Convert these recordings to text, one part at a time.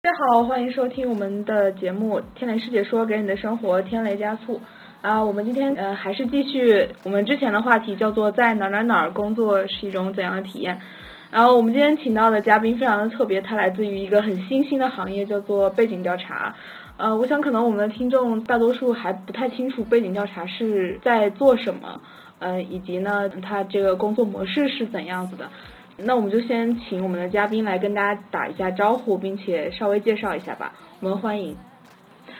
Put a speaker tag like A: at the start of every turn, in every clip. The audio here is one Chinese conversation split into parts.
A: 大家好，欢迎收听我们的节目《天雷师姐说》，给你的生活添雷加醋。啊，我们今天呃还是继续我们之前的话题，叫做在哪儿哪儿哪儿工作是一种怎样的体验。然后我们今天请到的嘉宾非常的特别，他来自于一个很新兴的行业，叫做背景调查。呃，我想可能我们的听众大多数还不太清楚背景调查是在做什么，呃，以及呢它这个工作模式是怎样子的。那我们就先请我们的嘉宾来跟大家打一下招呼，并且稍微介绍一下吧。我们欢迎。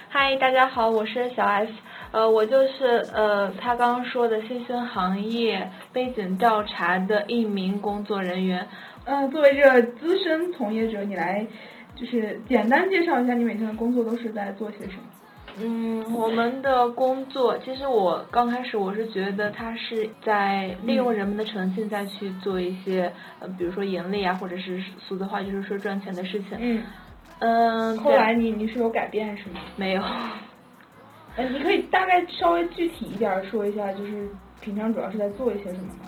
B: 嗨，大家好，我是小 S，呃，我就是呃他刚刚说的新兴行业背景调查的一名工作人员。
C: 嗯，作为这个资深从业者，你来就是简单介绍一下你每天的工作都是在做些什么？
B: 嗯，我们的工作，其实我刚开始我是觉得他是在利用人们的诚信再去做一些，呃，比如说盈利啊，或者是俗的话就是说赚钱的事情。
C: 嗯，
B: 嗯，
C: 后来
B: 对
C: 你你是有改变是吗？
B: 没有。
C: 嗯，你可以大概稍微具体一点儿说一下，就是平常主要是在做一些什么吗？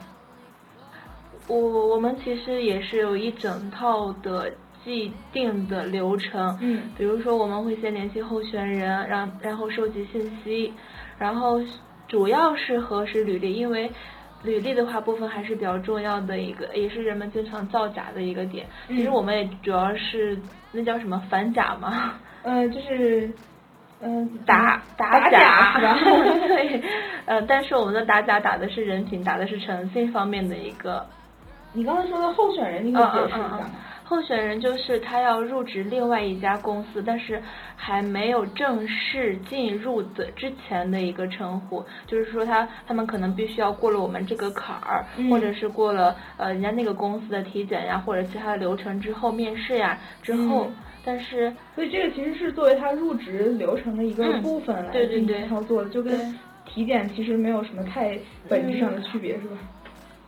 B: 我我们其实也是有一整套的既定的流程，
C: 嗯
B: 比如说我们会先联系候选人，然然后收集信息，然后主要是核实履历，因为履历的话部分还是比较重要的一个，也是人们经常造假的一个点。其实
C: 嗯
B: 我们也主要是那叫什么反假嘛，
C: 呃，就是嗯、
B: 打
C: 打
B: 假
C: 假是吧？
B: 对，呃，但是我们的打假打的是人品，打的是诚信方面的一个
C: 你刚才说的候选人，你可以解释一下
B: 嗯嗯
C: 吗？
B: 候选人就是他要入职另外一家公司，但是还没有正式进入的之前的一个称呼，就是说他他们可能必须要过了我们这个坎儿，
C: 嗯
B: 或者是过了呃人家那个公司的体检呀，或者其他的流程之后面试呀之后，
C: 嗯
B: 但是
C: 所以这个其实是作为他入职流程的一个
B: 嗯
C: 部分来
B: 对对
C: 进
B: 对
C: 行操作的，就跟
B: 对嗯
C: 体检其实没有什么太本质上的区别，是吧？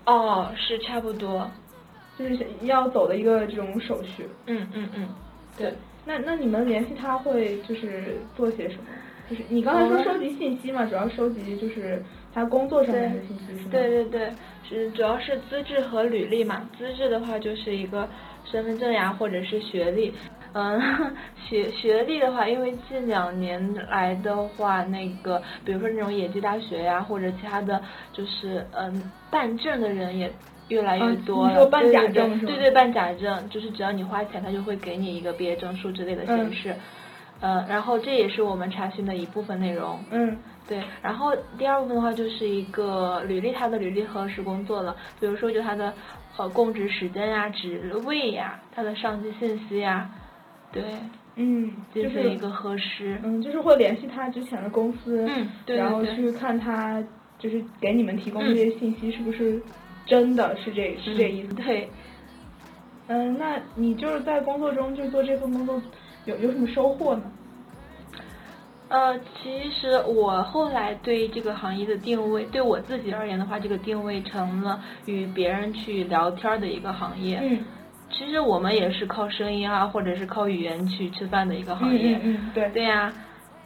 B: 哦是差不多，
C: 就是要走的一个这种手续。
B: 嗯嗯嗯，对，
C: 那那你们联系他会就是做些什么？就是你刚才
B: 我
C: 说
B: 们
C: 收集信息嘛，主要收集就是他工作上面的
B: 对
C: 信息是吗？
B: 对对对，是主要是资质和履历嘛。资质的话就是一个身份证呀，或者是学历。嗯， 学学历的话，因为近两年来的话，那个比如说那种野鸡大学呀，或者其他的就是嗯办证的人也越来越
C: 嗯
B: 多
C: 你
B: 了。
C: 说办
B: 对
C: 假
B: 对对
C: 证是
B: 对
C: 吗
B: 对，办假证就是只要你花钱，他就会给你一个毕业证书之类的
C: 嗯
B: 形式。呃，然后这也是我们查询的一部分内容。
C: 嗯
B: 对，然后第二部分的话就是一个履历，他的履历核实工作了，比如说就他的呃供职时间呀、职位呀、他的上级信息呀、对，
C: 嗯，就
B: 进
C: 是
B: 行一个核实。
C: 嗯，就是会联系他之前的公司，
B: 嗯，对
C: 然后
B: 对对，
C: 去看他就是给你们提供
B: 嗯
C: 这些信息是不是真的是这、是这意思
B: 嗯。对，
C: 嗯，那你就是在工作中就做这份工作有有什么收获呢？
B: 呃，其实我后来对这个行业的定位，对我自己而言的话，这个定位成了与别人去聊天儿的一个行业。
C: 嗯
B: 其实我们也是靠声音啊，或者是靠语言去吃饭的一个行
C: 嗯
B: 业。
C: 嗯嗯，对，
B: 对呀、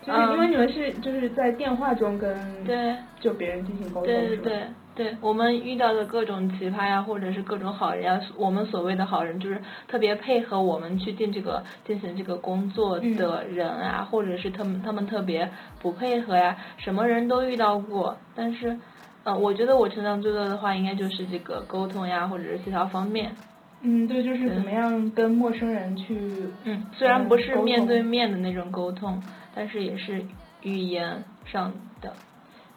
C: 就是因为你们是就是在电话中跟
B: 对。
C: 就别人进行沟通，
B: 对
C: 是
B: 对
C: 吧
B: 对对，我们遇到的各种奇葩呀，或者是各种好人呀，我们所谓的好人就是特别配合我们去进这个进行这个工作
C: 嗯
B: 的人啊，或者是他们他们特别不配合呀，什么人都遇到过。但是，呃，我觉得我成长最多的话，应该就是这个沟通呀，或者是协调方面。
C: 嗯，对，就是怎么样跟陌生人去，
B: 嗯，虽然不是
C: 沟
B: 面对
C: 通
B: 面的那种沟通，但是也是语言上的。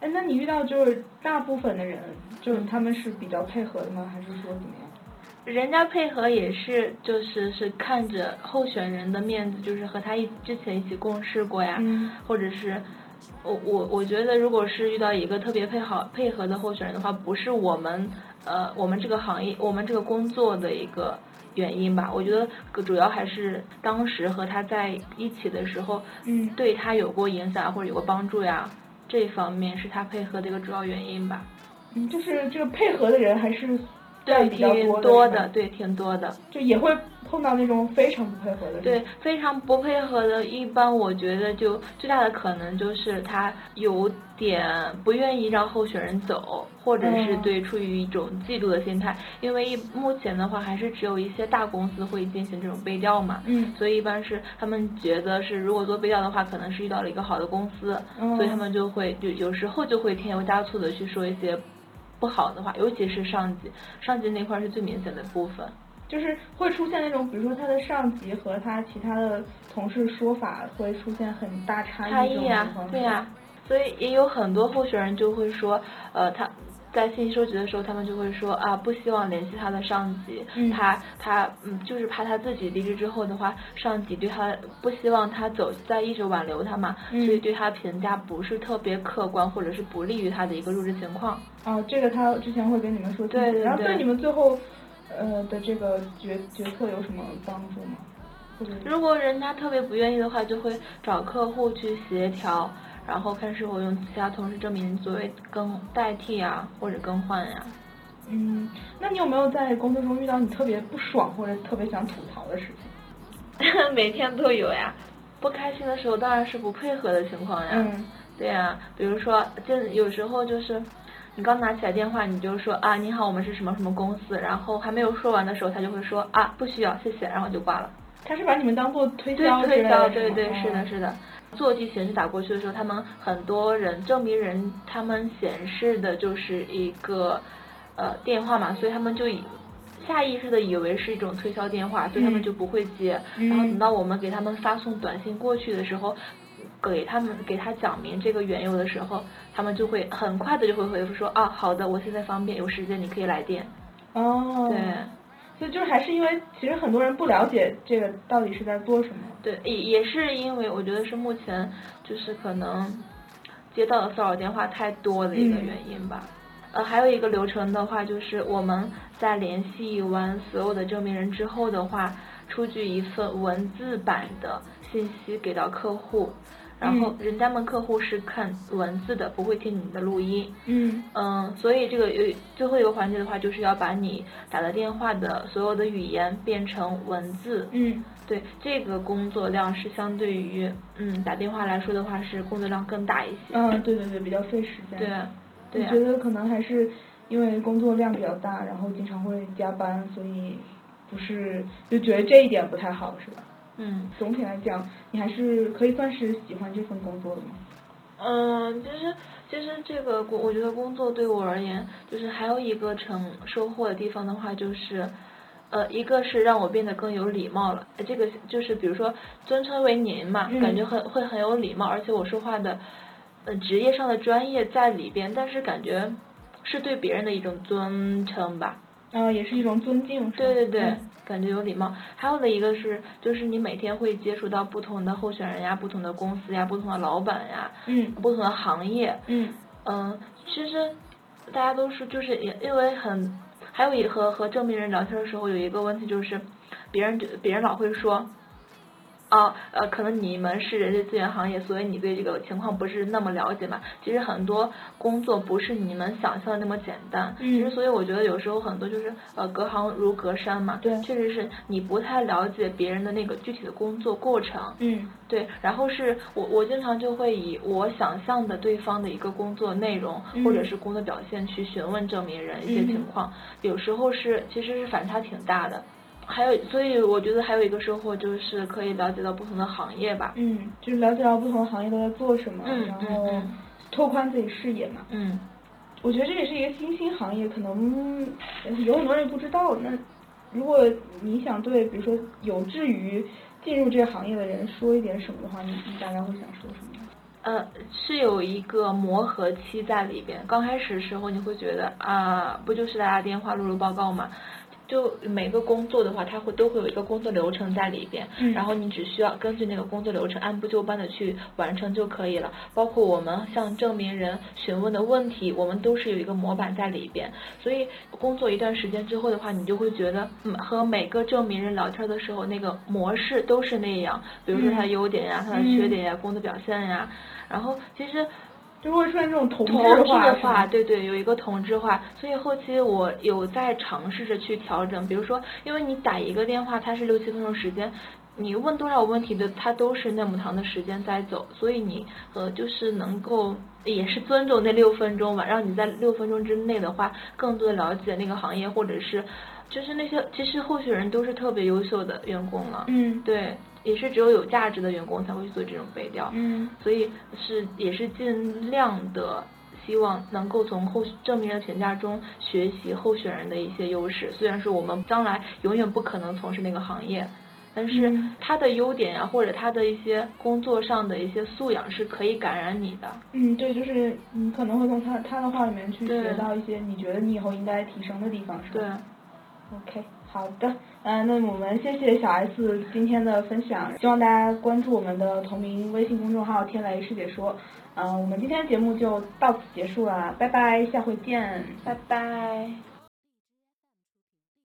C: 哎，那你遇到就是大部分的人，就是
B: 嗯
C: 他们是比较配合的吗？还是说怎么样？
B: 人家配合也是，就是是看着候选人的面子，就是和他一之前一起共事过呀，
C: 嗯
B: 或者是我我我觉得，如果是遇到一个特别配好配合的候选人的话，不是我们呃我们这个行业我们这个工作的一个原因吧。我觉得主要还是当时和他在一起的时候，
C: 嗯，
B: 对他有过影响或者有过帮助呀，这方面是他配合的一个主要原因吧。
C: 嗯，就是这个配合的人还是对比较
B: 挺
C: 多
B: 的，
C: 的，
B: 对，挺多的。
C: 就也会碰到那种非常不配合的。
B: 对，，非常不配合的，一般我觉得就最大的可能就是他有点不愿意让候选人走，或者是
C: 嗯
B: 对出于一种嫉妒的心态，因为一目前的话还是只有一些大公司会进行这种背调嘛。
C: 嗯，
B: 所以一般是他们觉得是，如果做背调的话，可能是遇到了一个好的公司，
C: 嗯
B: 所以他们就会就有时候就会添油加醋的去说一些不好的话，尤其是上级，上级那块儿是最明显的部分。
C: 就是会出现那种，比如说他的上级和他其他的同事说法会出现很大差
B: 差
C: 异这
B: 异
C: 种
B: 呀
C: 情，况。
B: 啊对呀、所以也有很多候选人就会说，呃，他在信息收集的时候，他们就会说啊，不希望联系他的上级，
C: 嗯
B: 他他嗯，就是怕他自己离职之后的话，上级对他不希望他走，在一直挽留他嘛，
C: 嗯
B: 所以对他评价不是特别客观，或者是不利于他的一个入职情况。
C: 啊，这个他之前会跟你们说清楚。
B: 对对
C: 然后
B: 对
C: 对你们最后呃的这个决决策有什么帮助吗？或者
B: 如果人家特别不愿意的话，就会找客户去协调，然后看是否用其他同事证明作为更代替呀，或者更换呀。
C: 嗯，那你有没有在工作中遇到你特别不爽或者特别想吐槽的事情？
B: 嗯 每天都有呀。不开心的时候当然是不配合的情况呀。
C: 嗯
B: 对呀，比如说，就有时候就是，你刚拿起来电话，你就说啊，你好，我们是什么什么公司，然后还没有说完的时候，他就会说啊，不需要，谢谢，然后就挂了。
C: 他是把你们当做推
B: 对
C: 销之类
B: 推
C: 的
B: 销，
C: 吗
B: 对对，是的，。
C: 哦
B: 是的。坐地显示打过去的时候，他们很多人证明人他们显示的就是一个呃电话嘛，所以他们就以下意识的以为是一种推销电话，所以他们
C: 嗯
B: 就不会接。
C: 嗯
B: 然后等到我们给他们发送短信过去的时候。给他们给他讲明这个缘由的时候，他们就会很快的就会回复说啊，好的，我现在方便，有时间你可以来电。
C: 哦，
B: 对，
C: 所以就是还是因为其实很多人不了解这个到底是在做什么。
B: 对，也也是因为我觉得是目前就是可能接到的骚扰电话太多的一个
C: 嗯
B: 原因吧。呃，还有一个流程的话，就是我们在联系完所有的证明人之后的话，出具一份文字版的信息给到客户，然后人家们客户是看文字的，不会听你的录音。
C: 嗯
B: 嗯，所以这个有最后一个环节的话，就是要把你打的电话的所有的语言变成文字，
C: 嗯
B: 对这个工作量是相对于嗯打电话来说的话，是工作量更大一些。
C: 嗯，对对对，比较费时间。
B: 对，啊对
C: 我嗯觉得可能还是因为工作量比较大，然后经常会加班，所以不是就觉得这一点不太好，是吧？
B: 嗯
C: 总体来讲，你还是可以算是喜欢这份工作的吗？
B: 嗯，其实其实这个工，我觉得工作对我而言，就是还有一个成收获的地方的话，就是。呃，一个是让我变得更有礼貌了，呃这个就是比如说尊称为您嘛，
C: 嗯
B: 感觉很会很有礼貌，而且我说话的，呃，职业上的专业在里边，但是感觉是对别人的一种尊称吧，
C: 啊、也是一种尊敬，是吧
B: 对对对，
C: 嗯
B: 感觉有礼貌。还有的一个是，就是你每天会接触到不同的候选人呀、不同的公司呀、不同的老板呀、
C: 嗯
B: 不同的行业。
C: 嗯
B: 嗯，其实大家都是就是也因为很，还有一和和正面人聊天的时候有一个问题就是，别人就别人老会说。啊，呃，可能你们是人力资源行业，所以你对这个情况不是那么了解嘛。其实很多工作不是你们想象的那么简单。
C: 嗯
B: 其实，所以我觉得有时候很多就是呃，隔行如隔山嘛。
C: 对
B: 确实是你不太了解别人的那个具体的工作过程。
C: 嗯
B: 对，然后是我我经常就会以我想象的对方的一个工作内容、
C: 嗯
B: 或者是工作表现去询问证明人一些
C: 嗯
B: 情况，有时候是其实是反差挺大的。还有，所以我觉得还有一个收获就是可以了解到不同的行业吧。
C: 嗯，就是了解到不同的行业都在做什么，
B: 嗯
C: 然后
B: 嗯
C: 拓宽自己视野嘛。
B: 嗯
C: 我觉得这也是一个新兴行业，可能呃有很多人不知道。那如果你想对，比如说有志于进入这个行业的人说一点什么的话，你你大概会想说什么？
B: 呃，是有一个磨合期在里边。刚开始的时候，你会觉得啊、不就是大家电话录录报告嘛？就每个工作的话，它会都会有一个工作流程在里边，
C: 嗯
B: 然后你只需要根据那个工作流程按部就班的去完成就可以了。包括我们向证明人询问的问题，我们都是有一个模板在里边。所以工作一段时间之后的话，你就会觉得，嗯，和每个证明人聊天的时候那个模式都是那样，比如说他的
C: 嗯
B: 优点呀、他的
C: 嗯
B: 缺点呀、工作表现呀、然后其实
C: 就会出现这种同
B: 同
C: 质
B: 质
C: 是吗
B: 化，对对，有一个同质化，所以后期我有在尝试着去调整，比如说，因为你打一个电话，它是六七分钟时间，你问多少问题的，它都是那么长的时间在走，所以你呃就是能够也是尊重那六分钟吧，让你在六分钟之内的话，更多的了解那个行业或者是。就是那些，其实候选人都是特别优秀的员工了，
C: 嗯
B: 对，也是只有有价值的员工才会去做这种背调，
C: 嗯
B: 所以是也是尽量的希望能够从候正面的评价中学习候选人的一些优势。虽然说我们将来永远不可能从事那个行业，但是
C: 嗯
B: 他的优点啊，或者他的一些工作上的一些素养是可以感染你的。
C: 嗯，对，就是你可能会从他他的话里面去
B: 对
C: 学到一些你觉得你以后应该提升的地方，是吧？
B: 对，
C: OK，好的，嗯、那我们谢谢小 S 今天的分享，希望大家关注我们的同名微信公众号“天雷师姐说”，呃嗯、我们今天节目就到此结束了，拜拜，下回见。
B: 拜拜。